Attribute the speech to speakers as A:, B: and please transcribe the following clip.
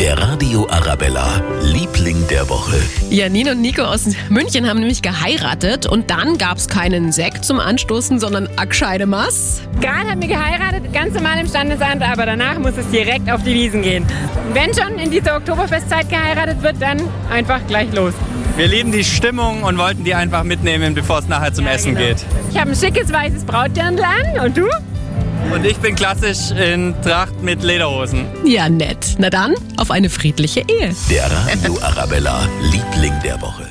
A: Der Radio Arabella, Liebling der Woche.
B: Janine und Nico aus München haben nämlich geheiratet und dann gab es keinen Sekt zum Anstoßen, sondern Akscheidemas.
C: Gerade haben wir geheiratet, ganz normal im Standesamt, aber danach muss es direkt auf die Wiesen gehen. Wenn schon in dieser Oktoberfestzeit geheiratet wird, dann einfach gleich los.
D: Wir lieben die Stimmung und wollten die einfach mitnehmen, bevor es nachher zum
C: Ja,
D: Essen
C: genau.
D: geht.
C: Ich habe ein schickes weißes Brautdirndl an und du?
D: Und ich bin klassisch in Tracht mit Lederhosen.
B: Ja, nett. Na dann, auf eine friedliche Ehe.
A: Der Radio Arabella, Liebling der Woche.